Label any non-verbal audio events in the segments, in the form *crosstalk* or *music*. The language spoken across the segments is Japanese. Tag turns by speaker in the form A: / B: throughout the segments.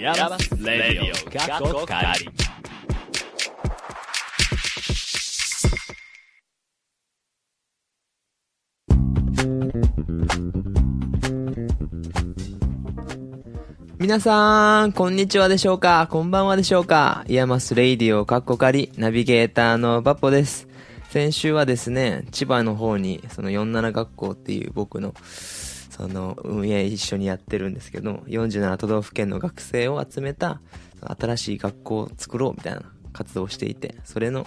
A: ヤマスレディオ過去仮
B: 皆さん、こんにちはでしょうかこんばんはでしょうかイヤマスレイディオカッコ仮ナビゲーターのバッポです。先週はですね、千葉の方に、その47学校っていう僕の、その、運営一緒にやってるんですけど、47都道府県の学生を集めた、その新しい学校を作ろうみたいな活動をしていて、それの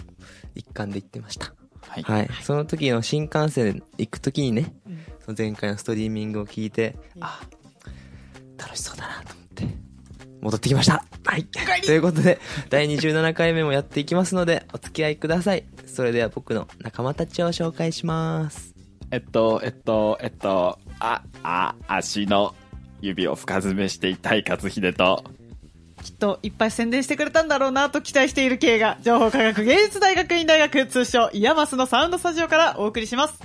B: 一環で行ってました。
A: はい
B: はい。その時の新幹線行く時にね、その前回のストリーミングを聞いて、あ、楽しそうだなと思って、戻ってきました。はい。ということで、第27回目もやっていきますので、お付き合いください。それでは僕の仲間たちを紹介します。
A: えっとえっとえっとああ足の指を深爪していたい勝秀と
C: きっといっぱい宣伝してくれたんだろうなと期待している系が情報科学芸術大学院大学通称イヤマスのサウンドスタジオからお送りします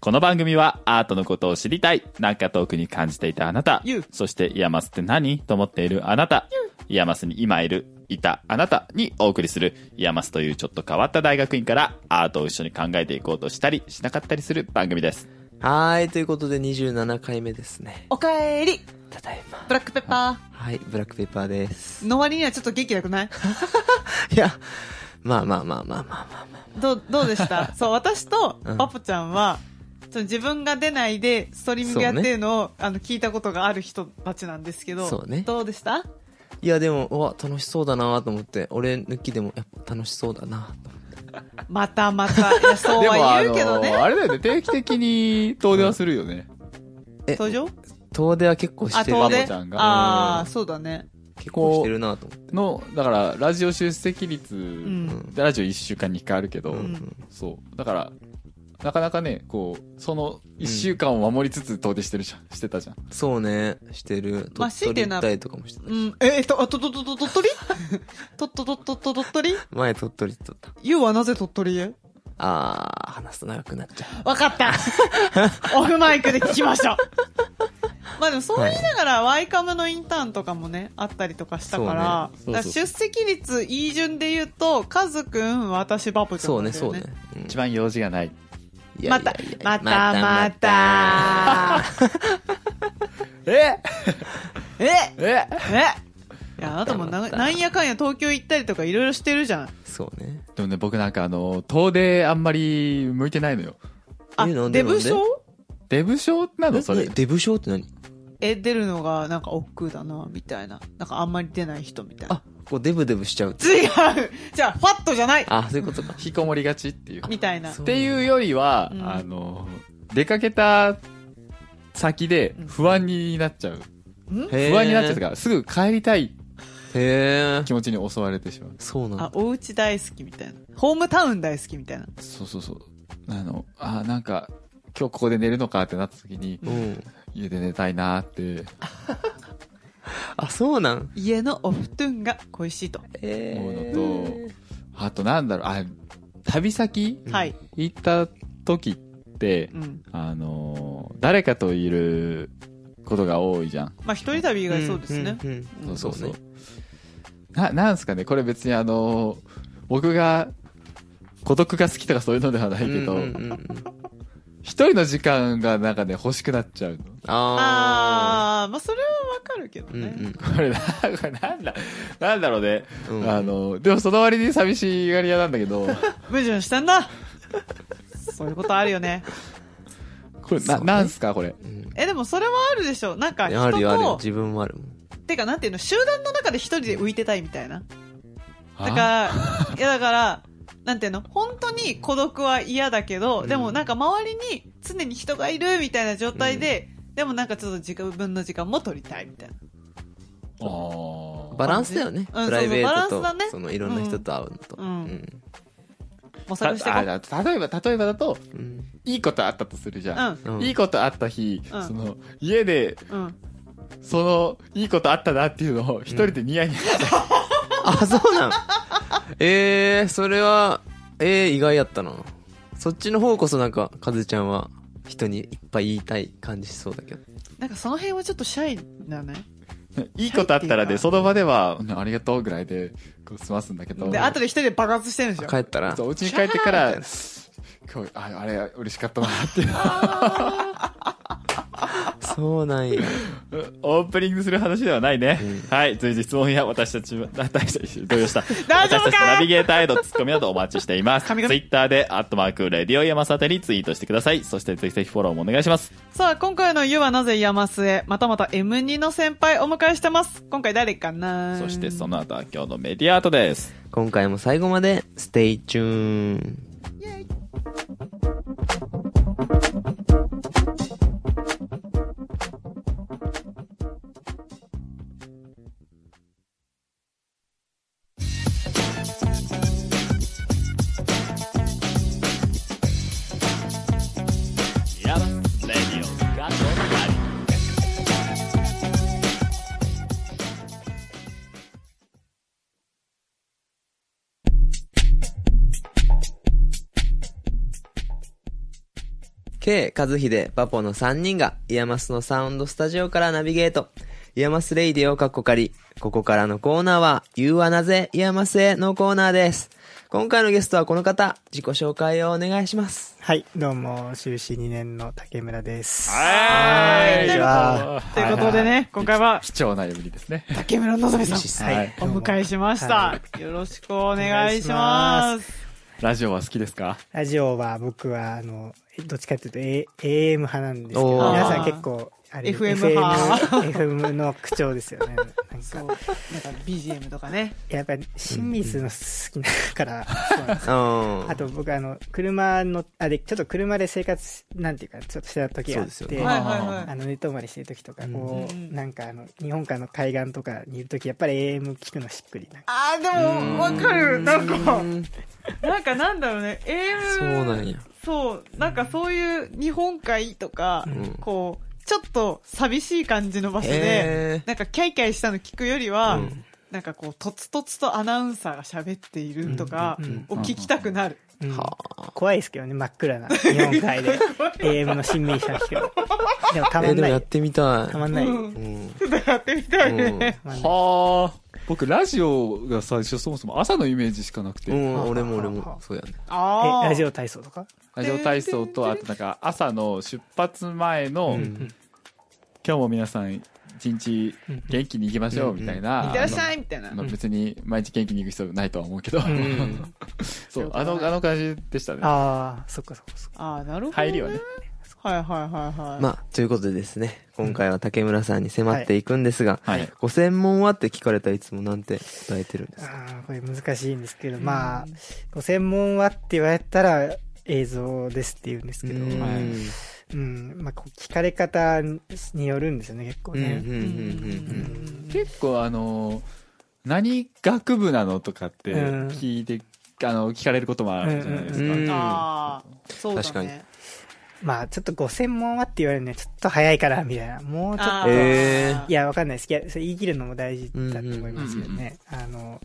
A: この番組はアートのことを知りたい、なんか遠くに感じていたあなた
C: You、
A: そしてイヤマスって何と思っているあなた、イヤマスに今いる、いたあなたにお送りする、イヤマスというちょっと変わった大学院からアートを一緒に考えていこうとしたり、しなかったりする番組です。
B: はい。ということで、27回目ですね。
C: おかえり
B: ただいま。
C: ブラックペッパ
B: はい。ブラックペッパーです
C: ー。の割にはちょっと元気なくない
B: いや、まあまあまあまあまあまあまあ。
C: どうどうでしたそう私と
B: うん
C: パポちゃんは、ちょっと自分が出ないでストリーミングやってるのを、あの聞いたことがある人たちなんですけど
B: そうね
C: どうでした
B: いや、でも、うわ、楽しそうだなと思って、俺抜きでも、やっぱ楽しそうだなと。
C: またまたいやそうは言うけどね
D: あれだよね、定期的に遠出はするよね。
B: え
C: 登場
B: 遠出は結構
C: あ
B: してる。
C: 遠
D: バ
C: 出
D: ポちゃんが
C: ああそうだね
B: 結構してるなと思って。
D: の、だから、ラジオ出席率、
C: ん
D: ラジオ1週間に1回あるけど、
C: ん
D: そう。だから、なかなかね、こう、その1週間を守りつつ遠出してるじゃん、してたじゃん。
B: そうね、してる。
C: まあ
B: 鳥取行ったりとかもしてた
C: う
B: し。
C: ん、え、えっと、あ、と、と、と、と、鳥取 *laughs* と、と、と、と、と、鳥取
B: 前鳥取行っとった。
C: ゆうはなぜ鳥取へ
B: あー、話すと長くなっちゃう。
C: わかった *laughs* オフマイクで聞きましょう *laughs* まあでもそう言いながら、ワイカムのインターンとかもね、あったりとかしたから、
D: そうね
C: だから出席率、いい順で言うと、カズくん、私、バブちゃん
B: そ
C: な
B: うんね、
C: だ
B: そ
C: よ
B: うね
C: ね。。
B: うん
A: 一番用事がない。
B: いや
C: ま
B: いや
C: た
B: いや、
C: また、ま。た。
D: え
C: *laughs* ええ
D: え
C: いや、あなた
B: ま
C: もな
B: た
C: なんやかんや東京行ったりとかいろいろしてるじゃん。
B: そうね。
D: でもね、僕なんかあの、遠出あんまり向いてないのよ。
C: あ、
B: えなんで
C: デブ症
D: デブ症なの
B: え
D: それ
B: ね。デブ症って何
C: え、出るのがなんか億劫だな、みたいな。なんかあんまり出ない人みたいな。
B: あ、こうデブデブしちゃう。
C: 違うじゃあ、ファットじゃない
B: あ、そういうことか。
D: 引きこもりがちっていう。
C: みたいな。
B: そ
D: っていうよりは、
C: うん
D: あの、出かけた先で不安になっちゃう。不安になっちゃう
B: か
D: から、すぐ帰りたい
B: ら。へー。
D: 気持ちに襲われてしまう。
B: そうなん
C: あ
B: だ。、
C: お家大好きみたいな。ホームタウン大好きみたいな。
D: そうそうそう。あの、あーなんか、今日ここで寝るのかってなった時に、
B: うん。
D: 家で寝たいなーって、
B: あ、そうなん
C: 家のお布団が恋しいと。
B: えー。
D: 思うのあとなんだろう、あ、旅先
B: うん
C: はい。
D: 行った時って
C: う、ん。
D: あのー、誰かといることが多いじゃん。
C: まあ、一人旅以外そうですね。
B: ん。んん
D: そうそうそう
B: そう。
D: な、なんすかね、これ別にあのー、僕が、孤独が好きとかそういうのではないけど、
B: うんうんうん
D: 一人の時間がなんかね、欲しくなっちゃうの。
B: あ
C: あー、まあ、それはわかるけど
B: ー。うん
C: ね。
D: これな、これなんだ、なんだろうね。
B: うん。うん
D: あ、の、でもその割に寂しがり屋なんだけど、
C: 矛盾してんだ *laughs* そういうことあるよね。
D: これ、な、
B: そうね
D: なんすかこれ。
B: うん
C: え、でもそれはあるでしょ。なんか、
B: いやあ
C: 人
B: るよあるよ
C: と、
B: 自分もあるもん
C: てかなんていうの、集団の中で一人で浮いてたいみたいな。だ
D: あ
C: から、 *laughs* いやだから、なんていうの、本当に孤独は嫌だけど、
B: うん
C: でもなんか周りに常に人がいるみたいな状態で、でもなんかちょっと自分の時間も取りたいみたいな。
D: あー
B: バランスだよね、
C: うん
B: プライベート
C: そうそうバランス
B: と
C: だね
B: そのいろんな人と会うのと、
C: うん
B: うん
C: 模索していこう。
D: ああ例えば、例えばだと、
B: うん
D: いいことあったとするじゃん。
B: うん
D: いいことあった日、
C: うん
D: その、家で、
C: うん。うん。
D: その、いいことあったなっていうのを一人でニヤニヤして、
B: あそうなん *laughs* えー、それはえー、意外やったなそっちの方こそなんかカズちゃんは人にいっぱい言いたい感じしそうだけど
C: なんかその辺はちょっとシャイだね。
A: いいことあったら
C: 入ってい
A: ね、
C: いか
A: その場では、
D: うんありがとうぐらいで、こう済ますんだけど。
C: で、後で一人で爆発してるんですよ。
B: 帰ったら
D: そう、お家に帰ってから、今日、ああれ、嬉しかったなっていう。
B: そうなんや
A: オープニングする話ではないね。はい。随時質問や私たち、私たち、動揺した。
C: 大丈夫
A: 私
C: か
A: たちのナビゲーターへのツッコミなどお待ちしています。ツイ
C: 神々
A: ッターで、アットマーク、レディオ山里にツイートしてください。そして、ぜひぜひフォローもお願いします。
C: さあ、今回の湯はなぜ山末、またまた M2 の先輩お迎えしてます。今回誰かな
A: そして、その後は今日のメディアアートです。
B: 今回も最後までステイチューン
A: 山レディオが
B: ケイ、カズヒデ、バポの3人が、イヤマスのサウンドスタジオからナビゲート。イヤマスレイディをかっこかり。ここからのコーナーは、言うはなぜ、イヤマスへのコーナーです。今回のゲストはこの方、自己紹介をお願いします。
E: はい、どうも、修士2年の竹村です。
A: は
E: こんにちは
C: ということでね、今回は
D: 貴重な読みですね。
C: 竹村のぞみさん
E: はい
D: はい
C: お迎えしまし
E: は
C: た。よろしくお願いします。
D: ラジオは好きですか
E: ラジオは僕は、あの、どっちかっていうと、A、AM 派なんですけ
B: お
E: ど、
B: ー
E: 皆さん結構、あれ、
C: FM 派
E: FM の口調ですよね。なん
C: そう。
E: か、
C: なんか BGM とかね。
E: やっぱり、清水の好きだから、そうなんです
B: うん。
E: あと僕、あの、車の、あれ、ちょっと車で生活し、なんていうか、ちょっとしてた時があっ
B: そうです
E: て、
B: よ
C: はいはいは
E: あ
C: い。
E: の寝泊まりしてる時とかこう、
C: うん
E: なんかあの日本海の海岸とかにいる時やっぱり AM 聞くのしっくりなんか
C: あー、でも、わかる。なんか、なんかなんだろうね。AM。
B: そうなんや。
C: そう、なんかそういう日本海とか、
B: ん
C: こう、ちょっと寂しい感じの場所
B: へ
C: で
B: ー、
C: なんかキャイキャイしたの聞くよりは、
B: うん
C: なんかこう、とつとつとアナウンサーが喋っているとか
E: うんうん
C: を聞きたくなる。
E: うん
B: は
E: 怖いですけどね真っ暗な日本海で AM の新名車聞くのでもた
B: あ。
E: ま
B: え、
E: ん
B: でも
E: な
B: やっ
E: い
B: てみた
E: たまんない、
C: うん
B: い。うん。
C: ちょっとやってみたいね。
E: たまんない
D: はあ。僕、ラジオが最初そもそも朝のイメージしかなくて、
B: うん、俺も
E: は
B: 俺
E: は
B: も、そうやね。
C: ああ。
E: えラジオ体操とか
D: ラジオ体操と、あとなんか朝の出発前の、
B: うん
D: 今日も皆さん一日元気に行きましょうみたいな。
C: いってらっしゃいみたいな
D: あの。まあ別に毎日元気に行く必要ないとは思うけど、
B: うん。
D: *laughs* そう、あの、あの感じでしたね。
E: ああそっかそっかそっか
C: ああ、なるほど。
D: 入りはね。。
C: はいはいはいはい。
B: まあ、ということでですね、今回は竹村さんに迫っていくんですが、
D: はいはい
B: ご専門はって聞かれたらいつもなんて答えてるんですか
E: あーこれ難しいんですけど、まあご専門はって言われたら映像ですって言うんですけど、
B: う
E: うん
B: ん
D: はい
E: まあ、こう聞かれ方によるんですよね結構
B: うんうん
E: ね、
B: うんうん
D: 結構あの、何学部なのとかって
E: うん
D: 聞いて、あの、聞かれることもあるじゃないですか。
B: うんうん
C: ああ、そうだね。
B: 確かに
E: まあちょっとご専門はって言われるのはちょっと早いからみたいなもうちょっ
C: あ
E: と
C: ー
B: え
E: いやわかんないですいやそれ言い切るのも大事だと思いますけどね、あの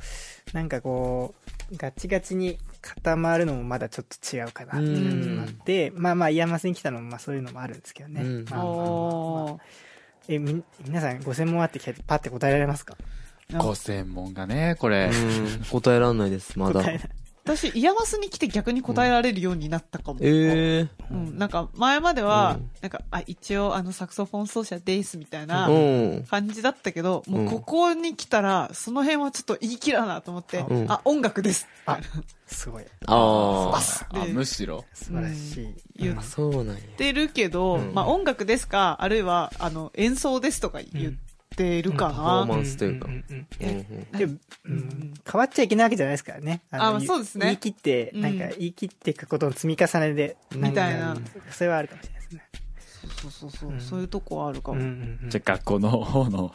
E: なんかこうガチガチに固まるのもまだちょっと違うかなって感じもあって、まあまあイヤマスに来たのもまあそういうのもあるんですけどね、
B: うん
E: まあまあまあまあ
C: おー
E: えみ皆さんご専門はって聞いてパッて答えられますか
D: ご専門がね、これ。
B: うん答えらんないです、まだ。
E: 答えない
C: 私、イヤマスに来て逆に答えられるようになったかも。
B: え
C: うん、なんか前までは、
B: うん
C: なんか、あ、一応あのサクソフォン奏者ですみたい
B: え
C: な
B: うん。
C: 感じだったけど、
B: う
C: も
B: ん
C: うここに来たら、その辺はちょっと言い切らなと思って、
B: うん
C: あ、音楽ですっ
E: あ
C: て
E: すごい
B: ああ。
D: あ、むしろ。
E: 素晴らしい、
C: 言っ
B: そうなんや。
C: てるけど、
B: うん
C: まあ音楽ですか、あるいはあの演奏ですとか言ってる
B: う
C: かな。
B: んパフォーマンスというか
E: んんん
B: うんうん
E: でも、うん、変わっちゃいけないわけじゃないですからね。
C: あ
E: の
C: まあそうですね
E: 言い切って、
C: うん
E: なんか言い切っていくことの積み重ねで、んか
C: みたいな。
E: それはあるかもしれないですね。
C: そうそうそう、
E: うん
C: そういうとこはあるかも。
E: ん
D: じゃあ学校の方の、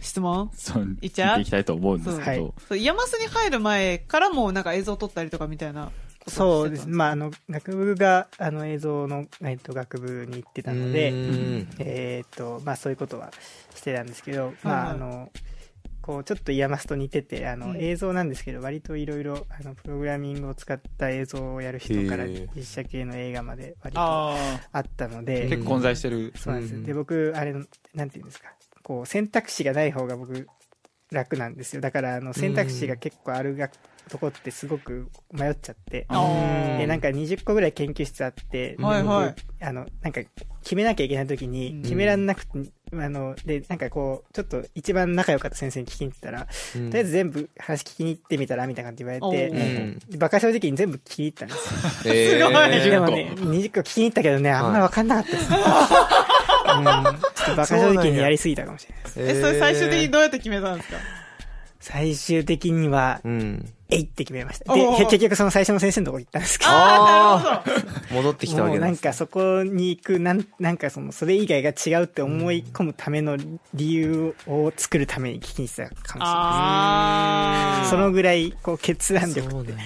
C: 質問
D: その、聞
C: い
D: い
C: っちゃう
D: ていきたいと思うんですけ
E: そう
D: ど。
C: そう、イヤマスに入る前からもうなんか映像撮ったりとかみたいなことしてた
E: そうですね。まあ、あの、学部が、あの、映像の、えっと、学部に行ってたので、
B: うん
E: えっと、まあ、そういうことはしてたんですけど、まあ、
C: は
E: あ
C: いはい
E: の、こう、ちょっとイヤマスと似てて、あの、
C: うん
E: 映像なんですけど、割といろいろ、あの、プログラミングを使った映像をやる人から
B: へー、
E: 実写系の映画まで割とあ
D: ああ、
E: ったので、
D: 結構混在してる。
E: そうなんですよ、
B: うん
E: で僕あれなんていうんですかこう選択肢がない方が僕楽なんですよだからあの選択肢が結構あるがとこってすごく迷っちゃって、
C: あー
E: でなんか20個ぐらい研究室あって、
C: はいはい
E: 僕あのなんか決めなきゃいけない時に決めらんなくて、あのでなんかこうちょっと一番仲良かった先生に聞きに行ったら、
B: うん
E: とりあえず全部話聞きに行ってみたらみたいな感じで言われ
C: お
E: て
B: う、ん。
E: バカ正直に全部聞きに行ったんですよ
B: すごい
E: でもね、20個聞きに行ったけどね、あんまり分かんなかった
B: *laughs*
E: ですね。うん、ちょっとバカ正直にやりすぎたかもしれないです。
C: え、それ最終的にどうやって決めたんですか
E: 最終的には、
B: うん。
E: えいって決めました。
C: お
E: で、
C: ー
E: 結局その最初の先生のとこ行ったんですけど。
B: あ
E: *laughs*
B: あ戻ってきたわ
E: も
B: け
E: うな
B: だ
E: ん。かそこに行くなんなんかそのそれ以外が違うって思い込むための理由を作るために聞きに来たかもしれない
C: あ
E: です
C: あ。
E: そのぐらいこう決断力
B: そうだよ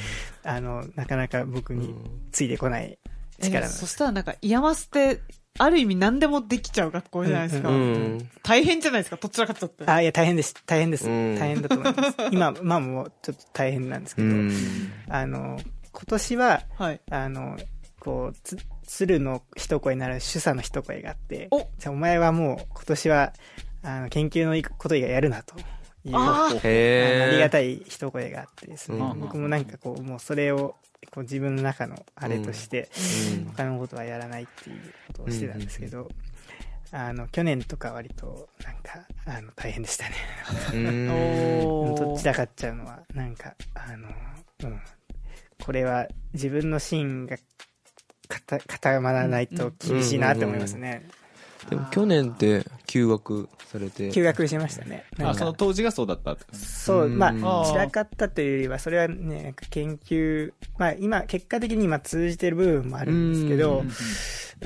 E: あのなかなか僕についてこない
C: え
E: 力なんです
C: そしたらなんか、イヤマスって、ある意味何でもできちゃう学校じゃないですか。
B: うん。
C: 大変じゃないですか、どちらかっちゃって。
E: あ、いや、大変です。大変です。
B: うん
E: 大変だと思
B: *laughs*
E: います。今、まあもう、ちょっと大変なんですけ
B: う
E: ど、
B: ん。
E: あの、今年は、
C: はい。
E: あの、こう、つ、鶴の一声なら主査の一声があって、
C: お
E: じゃあお前はもう、今年は、あの、研究のこと以外やるな、という、あ
C: あ
B: へ
E: の
B: え。
E: ありがたい一声があってですね、
B: うん
E: 僕もなんかこう、もうそれを、こう自分の中のあれとして、
B: うん
E: 他のことはやらないっていうことをしてたんですけど、あの、去年とか割と、なんか、あの、大変でしたね。
B: うん
E: うん
C: お
E: と
C: ー
E: 散らかっちゃうのはなんかあの、うん、これは自分の芯が固固まらないと厳しいなって思いますね、
B: でも去年って休学されて。
E: 休学しましたねな
A: あ、
E: ん
A: その
E: か
A: 当時がそうだったって。
E: そう
B: うん
E: ま
B: あ
E: あ
A: ー
E: 散らかったというよりはそれはねなんか研究まあ今結果的に今通じてる部分もあるんですけど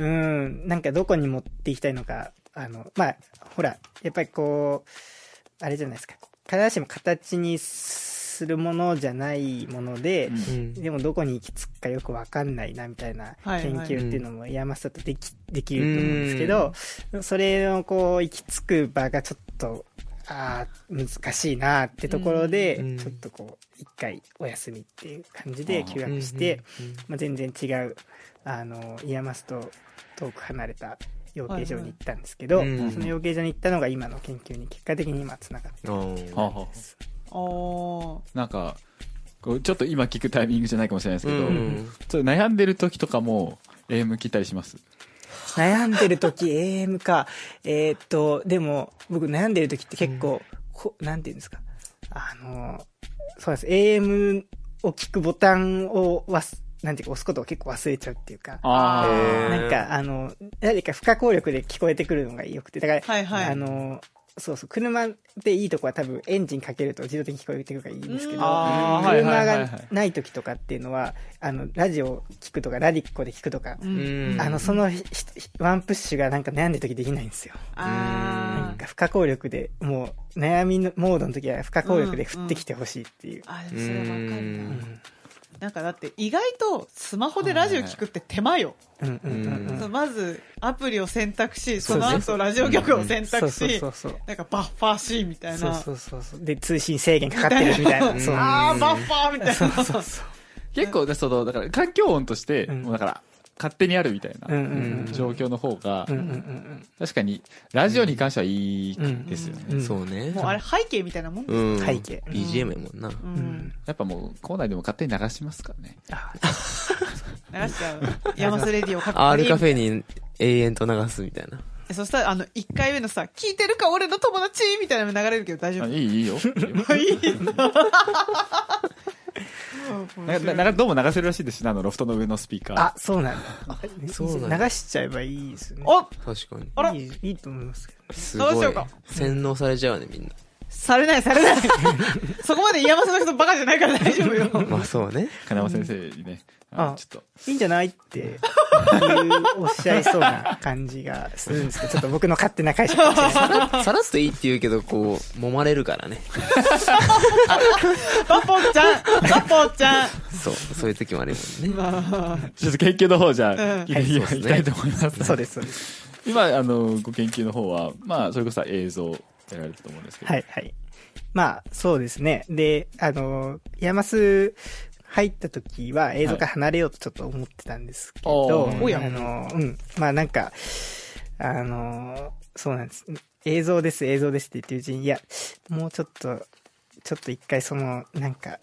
E: うんなんかどこに持っていきたいのかあのまあほらやっぱりこうあれじゃないですか必ずしも形にするものじゃないもので、
B: うん。
E: でもどこに行き着くかよくわかんないなみたいな
C: はい
E: 研
C: はい
E: 究っていうのも山下とでき,、できると思うんですけど、それのこう行き着く場がちょっと、ああ、難しいなってところで、
B: うん
E: ちょっとこう、一回お休みっていう感じで休学して、まあ、全然違う、あの、山下と遠く離れた養鶏場に行ったんですけど、
B: はいはい
E: その養鶏場に行ったのが今の研究に結果的に今つながってる
B: うん。
A: は
B: あ
A: あはあ
C: おー
D: なんか、こうちょっと今聞くタイミングじゃないかもしれないですけど、
B: う
D: ちょ
B: ん
D: っと悩んでる時とかも、AM 聞いたりします。
E: 悩んでる時 AM かえーっとでも僕悩んでる時って結構、こなんていうんですかあのそうなんです AM を聞くボタンをわすなんていうか押すことを結構忘れちゃうっていうか
A: あ
B: へー
E: なんかあの誰か不可抗力で聞こえてくるのがよくてだから、
C: はいはい
E: あのそうそう車でいいとこは多分エンジンかけると自動的に聞こえてくるからいいんですけど
C: うんあ
A: ーはいは
E: 車
A: いはいはい
E: がない時とかっていうのはあのラジオを聞くとかラディッコで聞くとか
C: う。
B: うんん。
E: あの、そのひ、ひひワンプッシュがなんか悩んでる時できないんですよ。な
C: あ
E: ん
C: ー
E: か不可抗力で、もう悩みのモードの時は不可抗力で降ってきてほしいっていう。
C: あ、でもそれわかる
B: う。
C: なんなんかだって意外とスマホでラジオ聞くって手間よ。
E: うんうんうんうん。
C: そうまずアプリを選択し、そ
E: そう
C: の
E: ね
C: 後ラジオ局を選
E: そ
C: 択
E: うそう
C: し
E: そ、うそう。
C: なんかバッファーしみたい
E: そう
C: な。
E: そうそうそう。で、通信制限かかってるみたいな。そう。
C: あー、バッファーみたい
E: そう
C: な。
E: そうそう。
D: 結構ね、その、だから環境音として、
E: うん
D: もうだから、勝手にあるみたい
E: うん
D: な
E: うんうん。
D: 状況の方が
E: う、んうんうん
D: 確かに、ラジオに関してはいいですよね。
E: うん。
B: そうね
C: もう。あれ背景みたいなもんですよ
B: うん。
E: 背景
B: BGM やもんな。
C: う
E: うんん。
D: やっぱもう、校内でも勝手に流しますからね。
E: あ
C: 流しちゃう。山瀬レディをかっこ
B: R
C: いい
B: カフェに永遠と流すみたいな。
C: そしたら、あの、1回目のさ、聞いてるか俺の友達みたいなの流れるけど大丈
D: あ
C: 夫。
D: いい、いい
E: *laughs*
D: よ。
C: うん
D: なんかななんかどうも流せるらしいですしね、あの、ロフトの上のスピーカー。
E: あ、そうなんだ。
B: そうなんだ
E: 流しちゃえばいいですね。
C: お
B: 確かに。
C: あら
E: いいいいと思いますけど。
B: す
C: どうし
B: ご
C: よ
B: いう
C: か。
B: 洗脳されちゃうね、みんな。
C: されない、されない。 *laughs* そこまで山瀬の人バカじゃないから大丈夫よ。
B: まあそうね。
D: 金山先生にね、あの
E: あ
D: ちょっ
E: いいんじゃないっていうおっしゃいそうな感じがするんですけど、ちょっと僕の勝手な解釈ですね。
B: さらっといいって言うけど、こう、揉まれるからね。
C: バポちゃんバポちゃん
B: そう、そういう時もあるもんね。
D: と、ちょっと研究の方じゃ
C: う
D: あ、
C: ん
D: いき
B: はい
D: たいと思います。
E: そうです、そうです。
D: 今、あの、ご研究の方は、まあ、それこそ映像やられたと思うんですけど、
E: はい、はい。まあ、そうですね。で、あの、ヤマス入った時は映像から離れようとちょっと思ってたんですけど、
D: はい
C: おー
E: あの、うん。まあなんか、あの、そうなんです。映像です、映像ですって言ってるうちに、いや、もうちょっと、ちょっと一回その、なんか、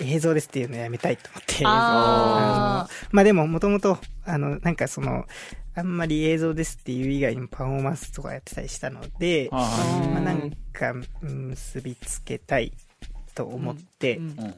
E: 映像ですっていうのやめたいと思って、
C: あ
E: あのまあでも、もともと、あの、なんかその、あんまり映像ですっていう以外にもパフォーマンスとかやってたりしたので、
D: あはい
E: まあ、な
C: ー
E: んかうん結びつけたいと思って、
C: うん
D: うんうんうん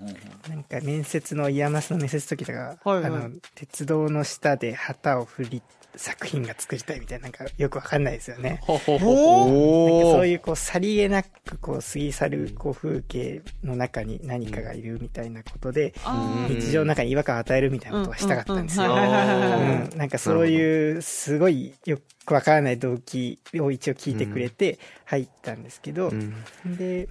E: なんか面接のイヤマスの面接時とか、
C: はいはい
E: あの鉄道の下で旗を振り作品が作りたいみたいななんかよくわかんないですよね。
D: ほうほうほう
E: なんか
B: お
E: そう
B: ー
E: いうこうさりげなくこう過ぎ去るこう風景の中に何かがいるみたいなことで、
C: あ
E: 日常の中に違和感を与えるみたいなことはしたかったんですよ。
C: う
E: うん
C: う
E: ん
C: んうんはい
E: なんかそういうすごいよくわからない動機を一応聞いてくれて入ったんですけど、
B: うん
E: で、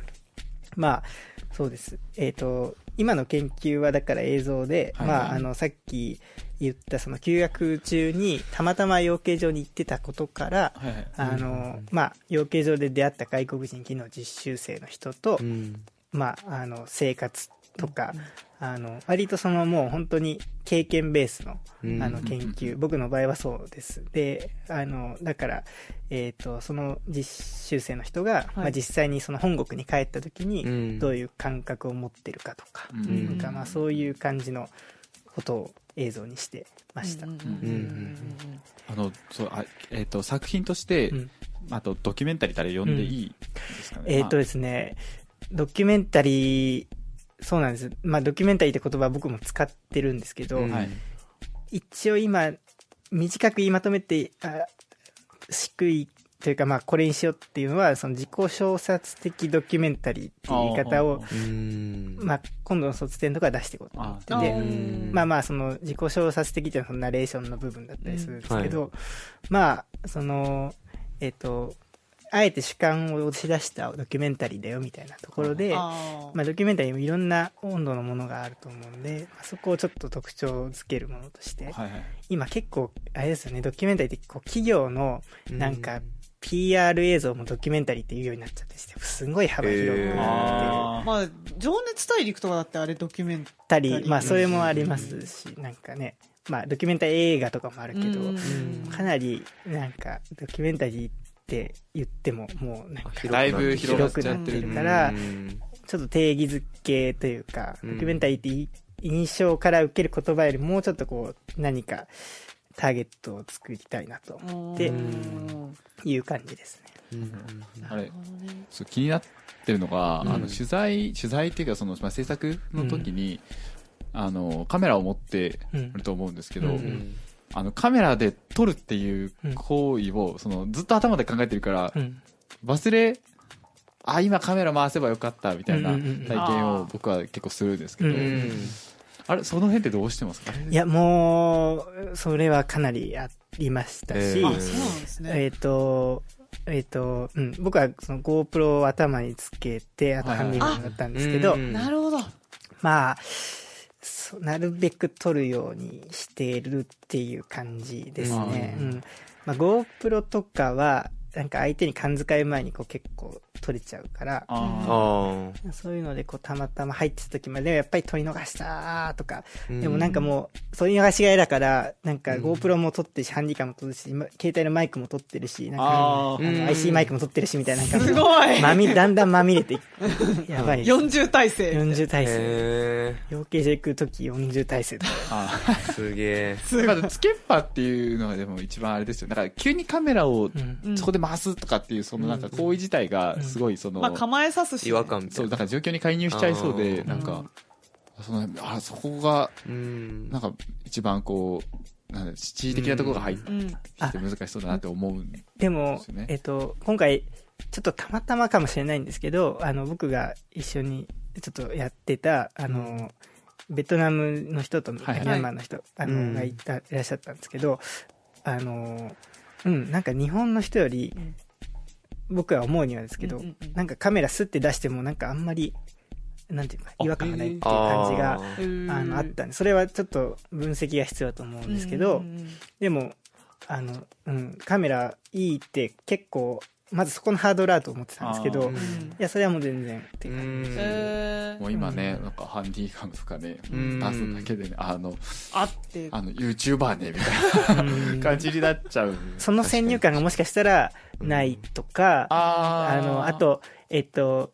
E: まあ、そうです。えっ、と、今の研究はだから映像で、
D: はい
E: まあ、あの、さっき言ったその休学中にたまたま養鶏場に行ってたことから、
D: はいはい
E: あの、まあ、養鶏場で出会った外国人技能実習生の人と、
B: うん
E: まあ、あの、生活とか、あの、割とそのもう本当に経験ベースの、
B: うん
E: あの、研究、僕の場合はそうです。で、あの、だから、えっ、と、その実習生の人が、まあ実際にその本国に帰った時
B: う
E: に、
B: ん
E: どういう感覚を持ってるかとか、
D: うん
E: なんかまあそういう感じのことを映像にしてました。
C: うんうん
B: うん
D: あのそうあえっ、と作品として、
E: うん
D: あとドキュメンタリー誰呼んでいいですかね、
E: えっ、とですね、ドキュメンタリー、そうなんです。まあドキュメンタリーって言葉は僕も使ってるんですけど、
B: うん
D: はい
E: 一応今短く言いまとめてあ低いというかまあこれにしようっていうのはその自己小説的ドキュメンタリーっていう言い方を
B: うん
E: まあ、今度の卒展とか出していこうと思
C: あ
E: って
C: ー
E: て
B: うん
E: まあまあその自己小説的っていうのはそのナレーションの部分だったりするんですけど、
B: う
E: まあそのえっ、とあえて主観を押し出したドキュメンタリーだよみたいなところで、
C: あー
E: まあ、ドキュメンタリーもいろんな温度のものがあると思うんで、まあ、そこをちょっと特徴づけるものとして、
D: はいはい
E: 今結構あれですよねドキュメンタリーってこう企業のなん
B: う
E: か
B: ん
E: PR 映像もドキュメンタリーっていうようになっちゃってしてすごい幅広く
B: へー
E: なって
D: あー
C: まあ、情熱大陸とかだってあれドキュメン
E: たり、まあそれもありますし、なんかねまあドキュメンタリー映画とかもある
C: だ
E: け
C: け
E: ど、
C: ど、
E: かなりなんかドキュメンタリーって言ってももうなんか
D: だいぶ広がっ
E: 広く
D: ちゃ
E: な
D: っ
E: ってて
D: る
E: るから、
B: うん
E: ちょっと定義づけというか、
B: うん
E: ドキュメンタリーってい印象から受ける言葉よりもうちょっとこう何かターゲットを作りたいなとで
C: うん
E: いう感じですね。
B: うん
D: あれ
C: なるほどね
D: そう気になってるのが、
E: うん
D: あの取材取材っていうかその、まあ、制作の時に、あのカメラを持って
E: うん
D: ると思うんですけど、
E: うんう
B: うんん
D: あのカメラで撮るっていう
E: うん
D: 行為を、そのずっと頭で考えてるから、
E: うん
D: 忘れあ今カメラ回せばよかったみたいな
E: うんうんうん
D: 体験を僕は結構するんですけど、
E: うんうん
D: あれその辺ってどうしてますか
E: いや、もう、それはかなりありましたし、
B: えー
C: あそうなんですね。
E: えっ、と、えっ、と、うん、僕はその GoPro を頭につけて、あと
D: はい
E: ハ
D: はい
E: ンディマンだったんですけど、
B: うん
C: なるほど。
E: まあ、そうなるべく撮るようにしてるっていう感じですね。
B: う
E: うんんまあ、GoPro とかは、なんか相手に感づかれる前にこう結構撮れちゃうから、
D: あ
B: あ
E: そういうのでこうたまたま入ってた時までやっぱり撮り逃したーとか、
B: ー
E: でもなんかもう、そういう流しがいだから、なんか GoPro も撮ってるし、ハンディカムも撮るし、今携帯のマイクも撮ってるし、なんか、
D: あ
E: あ
D: ー
B: うん
E: の IC マイクも撮ってるし、みたいな、なんか、
C: すごい
E: まみ、だんだんまみれて、やばい。
C: 40体制。
E: 40体制。
B: へ
E: 養鶏場行く時40体制とか。
D: あ
B: えすげえ
D: *laughs* まずつけっぱっていうのがでも一番あれですよだから急にカメラを
E: うん
C: うん
D: そこで回すとかっていうそのなんか行為自体がすごいその、
C: まあ構えさすしね。
B: 違和感みた
D: そ
B: いうな
D: だから状況に介入しちゃいそうで
B: あー
D: なんかそのあそこが
B: うん
D: なんか一番こうなんだ知事的なところが入って
C: うん。
D: きて難しそうだなって思うんで
E: でも
D: ですよね、
E: えっと、今回、ちょっとたまたまかもしれないんですけど、あの、僕が一緒にちょっとやってた、あの、ベトナムの人とミ
D: はいはい
E: ャンマーの人、あ
B: う
E: の、
B: ん
E: がいた、いらっしゃったんですけど、あの、うん、なんか日本の人より
C: うん、
E: 僕は思うにはですけど、
C: うんうんうん
E: なんかカメラスって出してもなんかあんまり、なんていうか、違和感がないっていう感じが、
B: あ
E: あ
B: ー
E: の、あったんで、それはちょっと分析が必要だと思うんですけど、
C: うんうんうん
E: でも、あの、うん、カメラいいって結構まずそこのハードルあると思ってたんですけ
D: あ
E: ど
D: ー
E: いやそれはもう全然って
B: う。
E: いうん
C: え
D: もう今ね、なんかハンディカムとかね、
B: うん
D: 出すだけでね、あの、
C: あって
D: あの、YouTuber ね、みたいな感じになっちゃう。
E: その先入観がもしかしたらないとか、
D: あ
E: あ
D: ー
E: の、あ、と、えっと、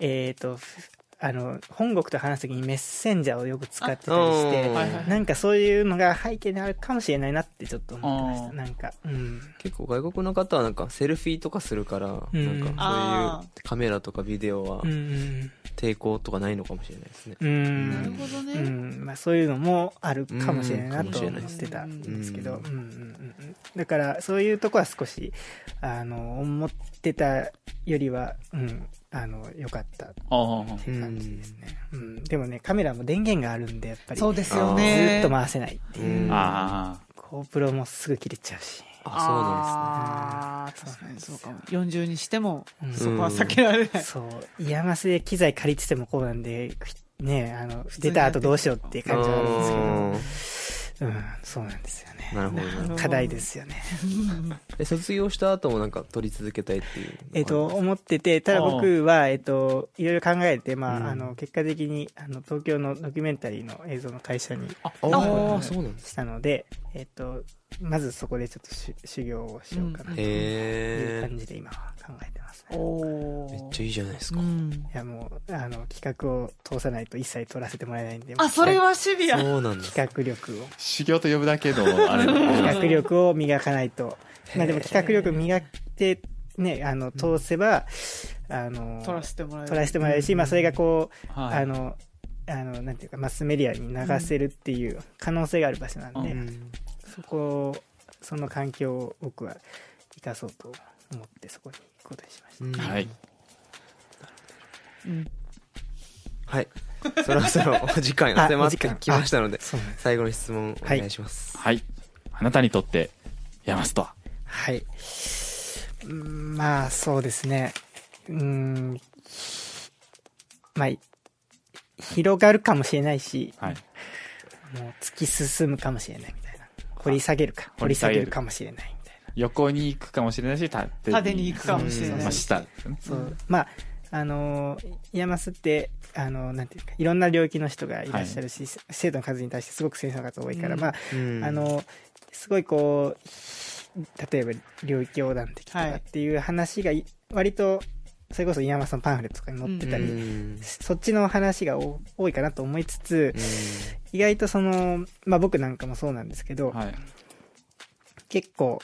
E: えっと、ふあの、本国と話すときにメッセンジャーをよく使ってたりし
B: あうん
E: て、
D: はいはい
E: なんかそういうのが背景にあるかもしれないなってちょっと思ってまし
D: あ
E: た。
D: ー
E: なんか、うん。
B: 結構外国の方はなんかセルフィーとかするから、
E: うん
B: なんか
C: あ
B: そういうカメラとかビデオは
E: うん。
B: 抵抗とかないのかもしれないですね。
E: う
C: なる
E: ん。
C: ほど
E: う
C: ね。
E: んまあ、そういうのもあるかもしれないなと
B: うん
E: 思ってたんですけど、
B: か
E: う
B: も
E: んうんうんうんだからそういうとこは少しあの思ってたよりは、うん、あの良かったって
D: あー
E: いう感じですね、うんでもねカメラも電源があるんでやっぱり
C: そうですよ
E: ず
C: ね。
E: っと回せないっていう、
B: うん
D: あ
E: GoPro もすぐ切れちゃうし、
B: あ、
C: あー確かにそうかも。40にしても、
E: うん
C: そこは避けられない。
E: そうイヤマスで機材借りててもこうなんでねあの
C: 通に
E: 出た後どうしようっていう
B: そう
E: 感じはある
B: なんん
E: で
B: ですす
E: けど、うん、そうなんですよね
B: ね。なるほどね。
E: 課題ですよね
B: え、卒業した後もなんか撮り続けたいっていう。
E: えっ、と、、思ってて、ただ僕は、えっ、と、いろいろ考えて、まあ、
B: うん
E: あの、結果的に、あの、東京のドキュメンタリーの映像の会社に
B: あ
C: あ
B: あ、そうなんです。
E: したので、えっ、と、まずそこでちょっとし修行をしようかなと
B: へ
E: いう
B: え
E: 感。じで今は考えてますね。
C: おー
B: めっちゃいいじゃないです
C: う
B: か。
C: ん
E: いや、もう、あの、企画を通さないと一切撮らせてもらえないんで、
C: あ、それはシビア。
B: そうなんです。
E: 企画力を、
D: ー修行と呼ぶだけの、あれ。
E: 企画力を磨かないと、まあでも企画力磨いて、ね、あの、通せば、あの、
C: 取らせてもらえる。
E: 撮らせてもらえるし、まあそれがこう、
D: はい
E: あの、あの、なんていうか、マスメディアに流せるっていう可能性がある場所なんで、
B: うん
E: そこを、その環境を僕は生かそうと思ってそこに行くことにしました。
B: うん
D: はい。
C: うん
B: はい。そろそろお時間が迫ってきましたの
E: *laughs*
B: で、
E: そうなんです。
B: 最後の質問お願いします。
D: はい。あなたにとって、山スとは
E: はい。うんまあそうですね。うん。まあ、広がるかもしれないし、
D: はい。
E: もう突き進むかもしれないみたいな。掘り下げるか、掘り下げるかもしれないみたいな。
D: 横に行くかもしれないし、縦に
C: 縦に行くかもしれ
D: うん
C: な
D: まあ、
C: い。
D: 下ですね。
E: そうまああのヤマスってあのなんていうかいろんな領域の人がいらっしゃるし、生徒の数に対してすごく先生の数多いから、
C: うん
E: まあ、
B: うん
E: あ、のすごいこう例えば領域横断的と
C: は
E: か
C: い
E: っていう話がい割とそれこそイヤマスのパンフレットとかに載ってたり、
B: うんうん
E: そっちの話が多多いかなと思いつつ、意外とその、まあ、僕なんかもそうなんですけど、
D: はい。
E: 結構、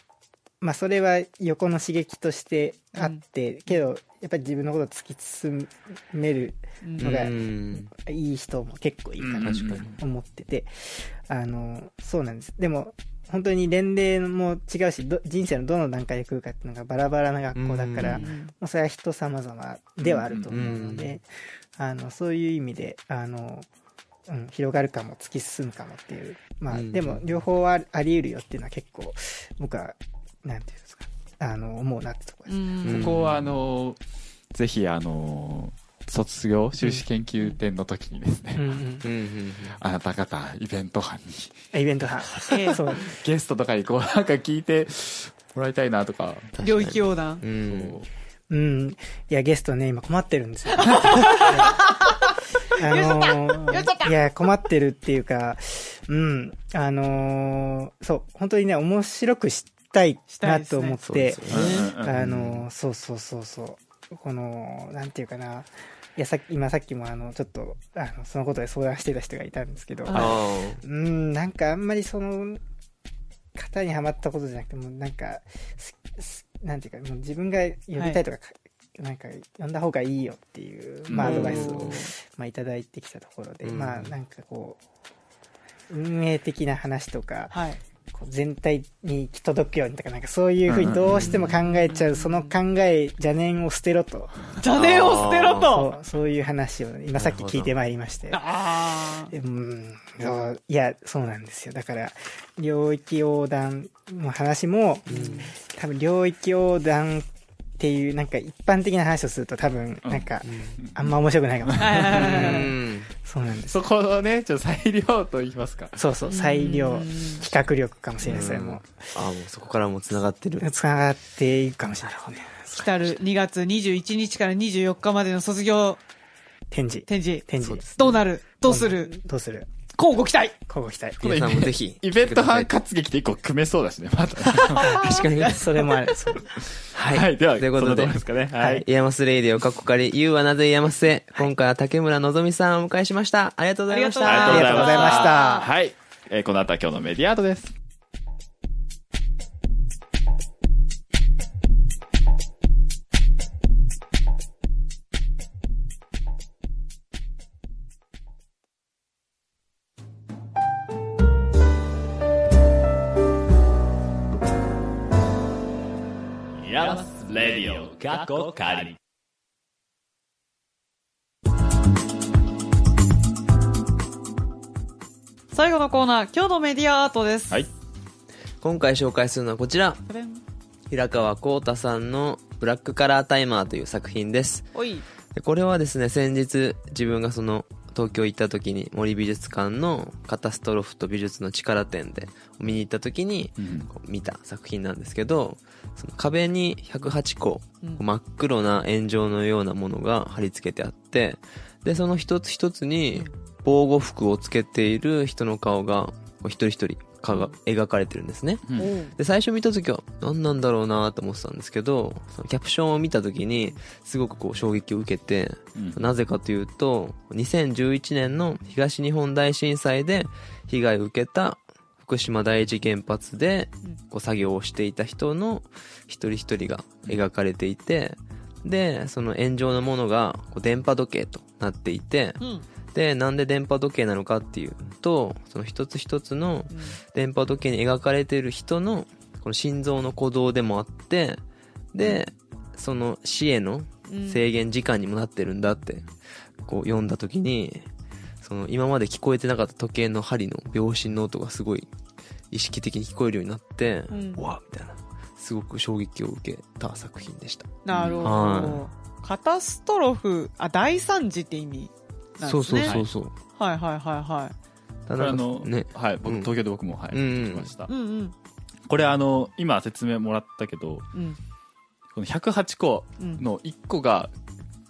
E: まあ、それは横の刺激としてあって、けどやっぱり自分のことを突き進める
C: うん
E: のが
B: うん
E: いい人も結構いいかなと
D: 確か
E: 思ってて、あのそうなんですでも本当に年齢も違うしど人生のどの段階で来るかっていうのがバラバラな学校だか
B: う
E: ら、
B: ん
E: もうそれは人様々ではあると思うので、あのそういう意味であの、うん、広がるかも突き進むかもっていうまあ、
B: うん
E: でも両方ああり得るよっていうのは結構僕はなんていうんですかあの思うなってところ
C: う
E: です。
C: ん
D: ここは、あの、ぜひ、あの、卒業、修士研究展の時にですね、
E: うんうん
B: うんうん
D: あなた方、イベント班に、
E: イベント班、 *laughs* そう
D: ゲストとかにこう、なんか聞いてもらいたいなとか、
C: 領域横断
B: う。
D: そうん
E: うん。いや、ゲストね、今困ってるんです *laughs* よ。あのー、いや、困ってるっていうか、うん、あのー、そう、本当にね、面白くしたいなと思っ
B: そうで
E: て
B: す、
D: う
B: よね
D: んうんうん
E: あのー、そうそうそうそう、この、なんていうかな、いや、さっき、今さっきもあの、ちょっと、あの、そのことで相談してた人がいたんですけど、
C: あ
B: あ
E: うん、なんかあんまりその、型にはまったことじゃなくて、もうなんか、すすなんていうか、もう自分が呼びたいとか、なんか呼んだ方がいいよっていう、まあアドバイスを、まあ、いただいてきたところで、
B: うん
E: まあなんかこう、運営的な話とか、
C: はい。
E: こう全体に行き届くようにとか、なんかそういうふうにどうしても考えちゃう、その考え、邪念を捨てろと、
C: 邪念を捨てろ
E: そ
C: と。
E: うそういう話を今さっき聞いてまいりまして。
C: あー
E: うん、そういや、そうなんですよ。だから、領域横断の話も、多分領域横断っっていう、なんか一般的な話をすると多分、なんか、あんま面白くないかもしれ
C: はい
E: ない。
C: はいはいはい
B: ん。
E: そうなんです。
D: そこをね、ちょっと裁量と言いますか。
E: そうそう、裁量、比較力かもしれない、それも。
B: あ、もうそこからもう繋がってる。
E: つながっていくかもしれないですね。
C: 来た *laughs* る2月21日から24日までの卒業
E: 展示。
C: 展示。
E: 展示。
C: どうなるどうする
E: どうする
C: 乞うご期待
E: 交互期待。
B: 皆さんもぜひ。
D: イベント
B: は
D: 班活劇で一個組めそうだしね、また。
B: 確かに。はい。
E: それもある。そう
D: はい、では、
B: ということ
D: そ
B: で
D: のところ。ですかね。はい。
B: イヤマスレイディオ、かっこかり、ゆうはなぜイヤマスへ。今回は竹村のぞみさんをお迎えしました。ありがとうございました。
C: ありがとうございまし
D: ありがとうございま
C: たした
D: はい。えーこの後は今日のメディアートです。
A: ヤマスレディオ過去仮。
C: 最後のコーナー、今日のメディアアートです。
A: はい。
B: 今回紹介するのはこちら。
C: これん
B: 平川光太さんのブラックカラータイマーという作品です。
C: おい。
B: でこれはですね、先日自分がその東京行った時に森美術館のカタストロフと美術の力展で見に行った時にこう見た作品なんですけど、その壁に108個
C: うん
B: 真っ黒な炎上のようなものが貼り付けてあって、で、その一つ一つに防護服をつけている人の顔がこう一人一人かが描かれてるんですね。
D: うん
C: おう
B: で、最初見た時は何なんだろうなと思ってたんですけど、そのキャプションを見た時にすごくこう衝撃を受けて、
A: うん
B: なぜかというと、2011年の東日本大震災で被害を受けた福島第一原発で
C: うん
B: こう作業をしていた人の一人一人が描かれていて、で、その炎上のものがこう電波時計となっていて、
C: うん。
B: で、なんで電波時計なのかっていうと、その一つ一つの
C: うん
B: 電波時計に描かれている人のこの心臓の鼓動でもあってでその死への
C: うん
B: 制限時間にもなってるんだってこう読んだ時にその今まで聞こえてなかった時計の針の秒針の音がすごい意識的に聞こえるようになって、
C: うん
B: うわみたいなすごく衝撃を受けた作品でした
C: なるほ
B: は
C: ど。カタストロフ、あ、大惨事って意味なんですね。
B: そうそうそうそう、
C: はいはいはいはい。
B: た
A: これ
B: だ
A: あの、
B: ね
A: はい、僕、
B: うん
A: 東京で僕も、はい、
B: うん
A: 聞きました
C: う。んうん。
A: これあの、今説明もらったけど、
C: うん。
A: この108個
C: うん。
A: の1個が、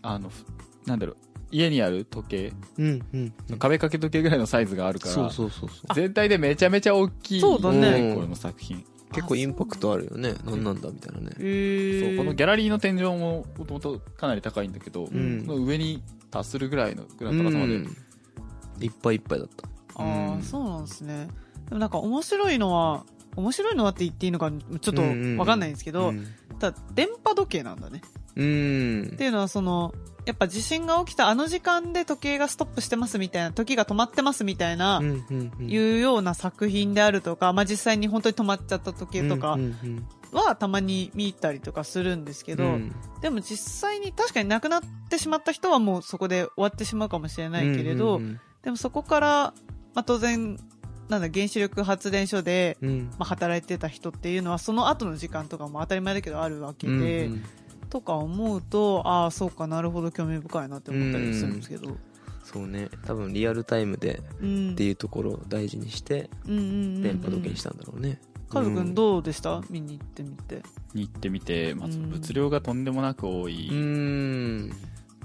A: あの、ふなんだろう、家にある時計、
B: うんうんうん
A: 壁掛け時計ぐらいのサイズがあるから、
B: そうそうそうそう
A: 全体でめちゃめちゃ大きい。
C: そうだね
A: これの作品。
B: 結構インパクトあるよねなんなんだみたいなね
C: え
A: そう、
C: ー。
A: このギャラリーの天井も、もともとかなり高いんだけど、
B: う
A: そ
B: ん
A: の上に達するぐらいの、ぐらいの高さまで。
B: うんいっぱいいっぱいだった
C: あ
B: う
C: あ、
B: ん
C: そうなんですね。でもなんか面白いのは、面白いのはって言っていいのか、ちょっとわかんないんですけど、
B: うん
C: ただ、電波時計なんだね。
B: うん
C: っていうのはそのやっぱ地震が起きたあの時間で時計がストップしてますみたいな時が止まってますみたいな、
B: うんうんうん
C: いうような作品であるとか、まあ、実際に本当に止まっちゃった時計とか
B: うんうん
C: はたまに見たりとかするんですけど、
B: うん
C: でも実際に確かに亡くなってしまった人はもうそこで終わってしまうかもしれないけれど、
B: うん
C: でもそこから、まあ、当然なんだ原子力発電所で、
B: うんうん
C: まあ、働いてた人っていうのはその後の時間とかも当たり前だけどあるわけで。
B: うん
C: とか思うとああそうかなるほど興味深いなって思ったりするんですけど
B: そうね多分リアルタイムで
C: うん
B: っていうところを大事にして
C: うんうんうん
B: 電波時計にしたんだろうね
C: カズくんどうでした見に行ってみて
A: に行ってみて、まず
C: うん
A: 物量がとんでもなく多い。
B: うん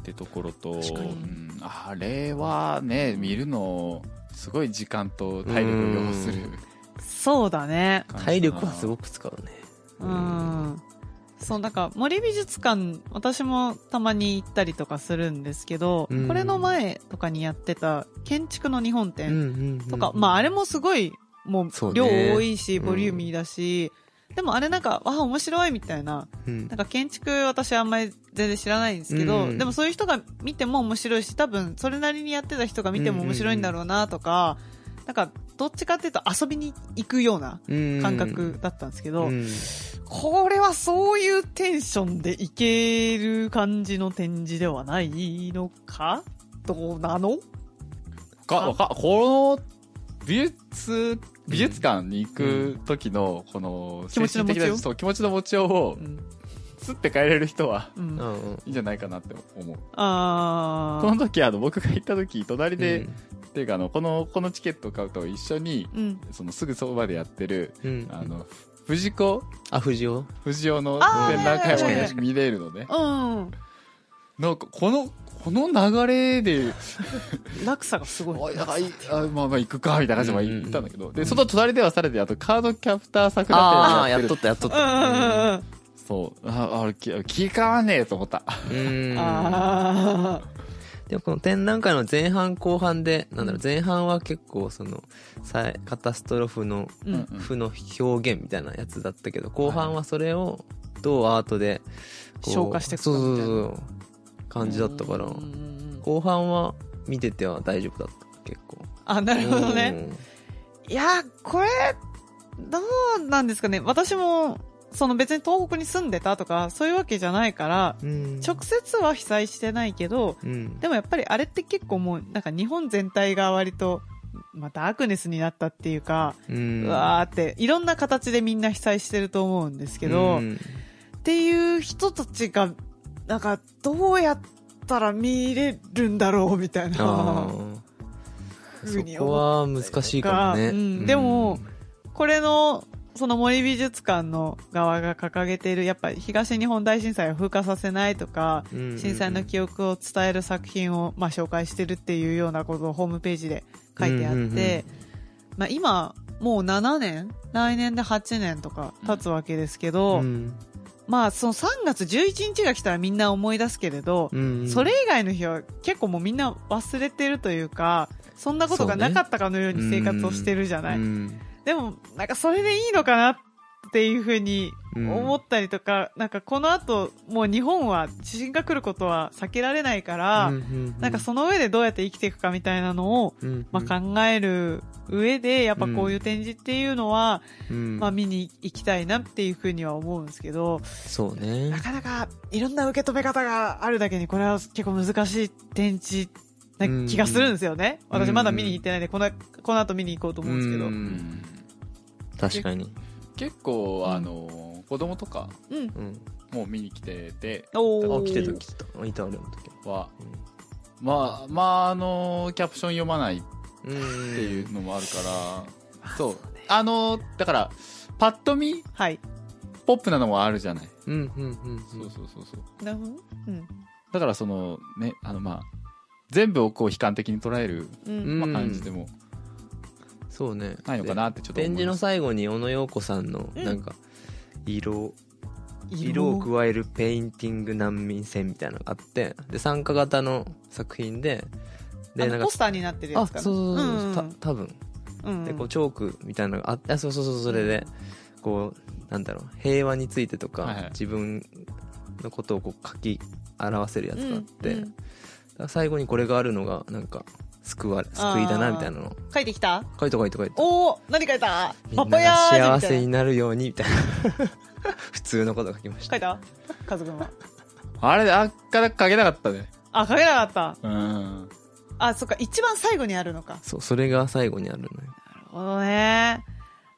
A: ってところと、
C: 確かに
A: うんあれはね見るのすごい時間と体力を要する
C: そうだね
A: 感じだな
B: 体力はすごく使うね
C: うんそうなんか森美術館私もたまに行ったりとかするんですけど
B: うん
C: これの前とかにやってた建築の日本
B: うん
C: 展
B: うんうん
C: とかまああれもすごいも
B: そう
C: う
B: ね
C: 量多いし
B: うん
C: ボリューミーだしでもあれなんかあ面白いみたいな
B: うん
C: なんか建築私あんまり全然知らないんですけ
B: う
C: ど、
B: ん
C: でもそういう人が見ても面白いし、多分それなりにやってた人が見ても面白いんだろうなとか、なんかどっちかっていうと遊びに行くような
B: うん
C: 感覚だったんですけど、
B: うん
C: これはそういうテンションでいける感じの展示ではないのかどうなの
A: かわかこの美術美術館に行く時のこの
C: 気持ちの持
A: 精神
C: ちよう
A: 的なそう気持ちの持ちようを
C: うん
A: す
D: スって帰れる人は
C: うん
B: うんうん
D: いいんじゃないかなって思う。
C: あ
D: こ
C: ー
D: の時、あの、僕が行った時、隣で、
B: う
D: っ
B: ん
D: ていうか、あの、この、このチケットを買うと一緒に、
C: うん。
D: そのすぐそばでやってる、
B: うん
D: あの、藤子
B: あ藤尾
D: 不二雄の
C: あ
B: ー
D: 展覧
B: はいはい
D: 会
B: は
D: を見れるのね。
C: うん。
D: なんか、この、この流れで、
C: 落差がすごい。
D: おいあいあまあまあ行くか、みたいな感じでまあ行ったんだけど、
B: うん
D: で、その隣ではさらに、あとカードキャプター桜
B: ああ
D: 展やっ
B: やってと
D: る。
B: ったやっとっ
C: うんうん
B: た
C: うんうん。
D: そう。あ、あれ、き気変わんねえと思った。
B: うん
C: あ
B: でもこの展覧会の前半後半でなんだろう前半は結構そのさカタストロフの
C: ーうん
B: 負の表現みたいなやつだったけど後半はそれをどうアートでこう
C: 消化していくか
B: そう
C: みたい
B: そ
C: な
B: うそう感じだったから
C: うんうんうん
B: 後半は見てては大丈夫だった結構
C: あ、なるほどね。いやー、これ、どうなんですかね。私も、その別に東北に住んでたとか、そういうわけじゃないから、
B: うん
C: 直接は被災してないけど、
B: うん
C: でもやっぱりあれって結構もう、なんか日本全体が割と、またダークネスになったっていうか、
B: うん
C: うわーって、いろんな形でみんな被災してると思うんですけど、
B: うん
C: っていう人たちが、なんか、どうやったら見れるんだろうみたい
B: あ
C: な。 *laughs*
B: ー
C: ふうに
B: そこ
C: 思
B: は難しいかもね、
C: うんでもこれの、その森美術館の側が掲げている、やっぱり東日本大震災を風化させないとか、
B: うん
C: 震災の記憶を伝える作品を、まあ、紹介してるっていうようなことをホームページで書いてあって、
B: うんうんうん
C: まあ、今、もう7年来年で8年とか経つわけですけど、
B: うん
C: まあ、その3月11日が来たらみんな思い出すけれど、
B: うん
C: それ以外の日は結構もうみんな忘れてるというか、そんなことがなかったかのように生活をしてるじゃない。
B: うん
C: でも、なんかそれでいいのかなっていうふうに思ったりとか、なんかこの後、もう日本は地震が来ることは避けられないから、
B: うんうん
C: なんかその上でどうやって生きていくかみたいなのを、
B: うんうん
C: まあ、考える上で、やっぱこういう展示っていうのは、
B: うん
C: まあ見に行きたいなっていうふうには思うんですけど、
B: そうね
C: なかなかいろんな受け止め方があるだけに、これは結構難しい展示な気がするんですよね。
B: うん
C: 私まだ見に行ってないんで、この、この後見に行こうと思うんですけど。
B: う
C: うん。
B: ん確かに、
D: 結構、あの子供とか
B: うん、
D: も見に来てて、
C: お
B: あ
C: ー
B: 来てた来てたいた俺の時
D: は、まあ、まあ、あのキャプション読まないっ
B: うん
D: ていうのもある
B: *laughs*
D: から、そう。あのだから、パッと見、
C: はい。
D: ポップなのもあるじゃない。
B: うんうんうん
D: そうそうそうそう。
C: なるほど。うん。
D: だからその、ね、あの、まあ、全部をこう悲観的に捉える、
C: うん。
D: まあ、
B: うん
D: 感じでも
B: そうね
D: ないのかなってちょっと
B: で展
D: 思い
B: 示
D: ま
B: の
D: す。
B: 最後に小野陽子さんの
C: うん
B: なんか色色を加えるペインティング難民船みたいなのがあってで参加型の作品で
C: あ
B: で
C: のポスターになってるや
B: あ
C: つか
B: そ
C: な
B: うそうそうそう、
C: ん
B: た多分
C: うん
B: でこうチョークみたいなのがあってあそうそうそうそれでこうなんだろう平和についてとか、
D: はいはい
B: 自分のことをこう書き表せるやつがあって、
C: うんう
B: だ
C: ん
B: から最後にこれがあるのがなんか救われ救いだなみたいなの
C: 書いてきた
B: 書いて書いて書いて
C: おお何書いた
B: み
C: パ
B: ん
C: パ
B: な
C: ヤ
B: が
C: ージみたいな
B: 幸せになるようにみたいな *laughs* 普通のこと書きまし
C: 書
B: た
C: いたカズくんは。
D: あれ、あっからかけなかったね。
C: あ、書けなかっ
D: うん。
C: た。あ、そっか、一番最後にあるのか。
B: そうそれが最後にあるのよ
C: なるほどね。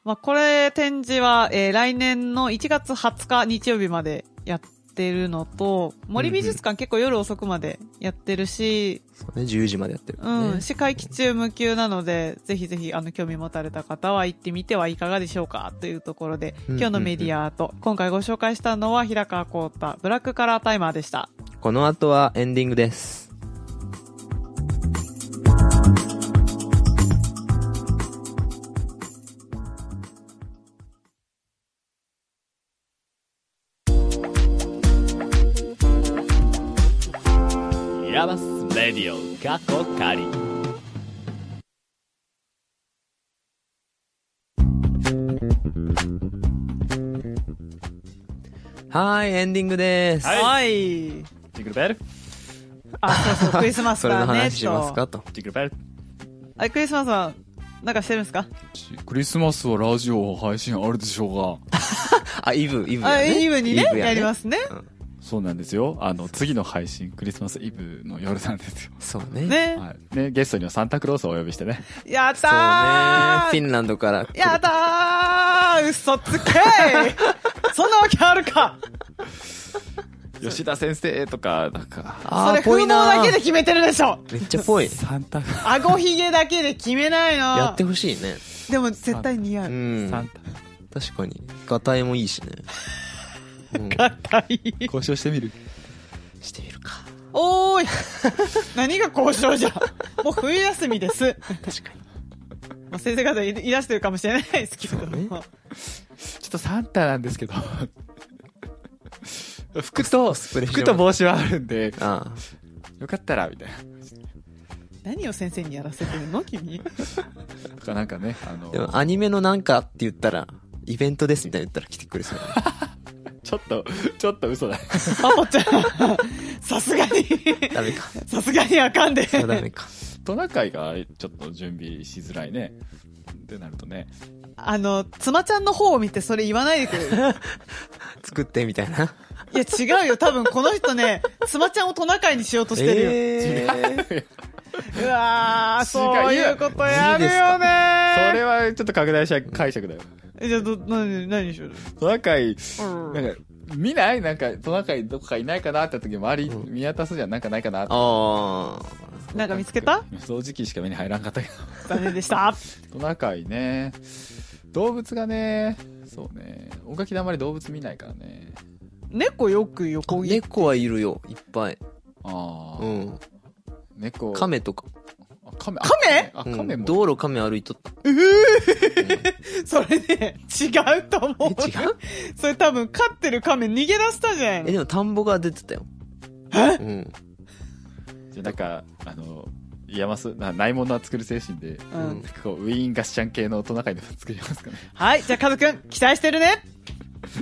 C: まあ、これ展示は、えー来年の1月20日日曜日までやってるのと、森美術館結構夜遅くまでやってるし、
B: そうね10時までやってるか
C: う
B: らね、
C: ん、市会期中無休なので、ぜひぜひ、あの、興味持たれた方は行ってみてはいかがでしょうかというところで、
B: うん
C: 今日のメディアアート、今回ご紹介したのは平川光太、ブラックカラータイマーでした。
B: この後はエンディングです
A: ヤマスレディオ過去仮
B: はーいエンディングです、
C: はい。
A: ジングルベル
C: あ、そう
B: *laughs*
C: そう、クリスマス
B: それの
C: だね、
B: 話しますかと
A: ジングルベル
C: とあ、クリスマスは、なんかしてるんですか
D: クリスマスはラジオ配信あるでしょうが。
B: あイブイブや
C: あ、
B: ね
C: イブにね、
B: ブや
C: やりますね。
D: そうなんですよ。あの、次の配信、クリスマスイブの夜なんですよ。
B: そうね
C: ね。
D: はい。ね、ゲストにはサンタクロースをお呼びしてね。
C: やっ
B: そうね
C: た
B: フ
C: ー
B: ィンランドから来る *laughs*
C: やったー嘘つけーそんなわけあるか
A: *laughs* 吉田先生とか、なんか、
B: あ
C: それ
B: ー、ぽ
C: 風
B: い
C: 貌
B: な
C: だけで決めてるでしょ
B: めっちゃぽい。
A: サンタ、サ
C: 顎ひげだけで決めないの
B: やってほしいね。
C: でも絶対似合
B: う
C: う。
B: ん。
A: ン
B: 確かに。ガタイもいいしね。うん、
C: 硬い。
A: タ、交渉してみる。
B: してみるか。
C: *laughs* おーい *laughs* 何が交渉じゃもう冬休みです。確かに。まあ、先生方いいらしてるかもしれないですけど
B: そうね
C: も。
D: ちょっとサンタなんです
A: *laughs*
D: けど。服と、
B: プレしよう
D: 服と帽子はあるんで、
B: あ
D: よかったら、みたいな。
C: 何を先生にやらせてるの君。
D: とかなんかね、あの
B: あ。で、もアニメのなんかって言ったら、イベントですみたいな言ったら来てくれそうだね。
C: *laughs*
D: ちょっと、ちょっと嘘だ。
C: パポちゃん。 *laughs* さす
B: *laughs*
C: がに。
B: ダメか。
C: さすがにあかんで。
B: それはダメか。
D: トナカイがちょっと準備しづらいね。ってなるとね。
C: あの、妻ちゃんの方を見てそれ言わないでくれる。
B: *laughs* 作ってみたいな。
C: いや違うよ。多分この人ね、妻ちゃんをトナカイにしようとしてるよ。
B: え
C: *laughs*
B: ー、
C: うわー、そういうことや
B: 字
C: る
B: ですか
C: よね
D: それはちょっと拡大した解釈だよ。
C: えじゃあ、ど、何、何にしよう。
D: トナカイ、
C: うん
D: なんか、見ないなんか、トナカイどこかいないかなって時周り見渡すじゃん。なんかないかなって。
B: あ
C: なんか見つけた
D: 掃除機しか目に入らんかったけど。
C: 残念でした。
D: トナカイね。動物がね、そうね。音楽きだんまり動物見ないからね。
C: *laughs* 猫よく
B: あ。
C: 横切
B: 猫はいるよ、いっぱい。
D: ああ、
B: うん。
D: 猫。
B: 亀とか。
D: あ亀
C: 亀
D: あ、
B: うん
D: 亀も。
B: 道路亀歩いとった。
C: それね、違うと思う。
B: え違う
C: それ多分、飼ってる亀逃げ出したじゃん
B: *laughs* え、。でも田んぼが出てたよ。えうん。
D: じゃあなんか、あの、山す、なないものは作る精神で、
C: う
B: うんん
D: なんかこう、ウィーンガッシャン系のトナカイでも作りますかね。
C: はい、じゃあ、カズくん、期待してるね。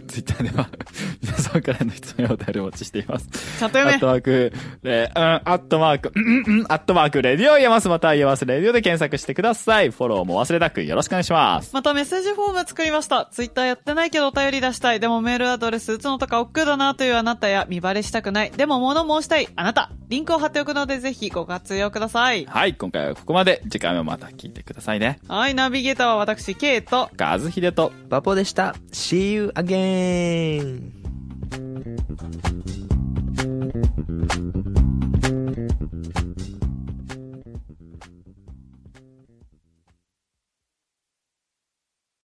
D: ツイッターでは、 *laughs* 皆様からの質問やお便りお待ちしています。
C: ちゃんと読
D: アッ
C: め
D: ト。マーク、レ、うん、アットマーク、うん、うん、アットマーク、レディオ山すまたは山すレディオで検索してください。フォローも忘れなくよろしくお願いします。
C: またメッセージフォーム作りました。ツイッターやってないけどお便り出したい。でもメールアドレス打つのとか億劫だなというあなたや、見バレしたくない。でも物申したい。あなた。リンクを貼っておくのでぜひご活用ください。
A: はい、今回はここまで。次回もまた聞いてくださいね。
C: はい、ナビゲーターは私、ケイと、
A: ガズヒデと、
B: バポでした。See you again!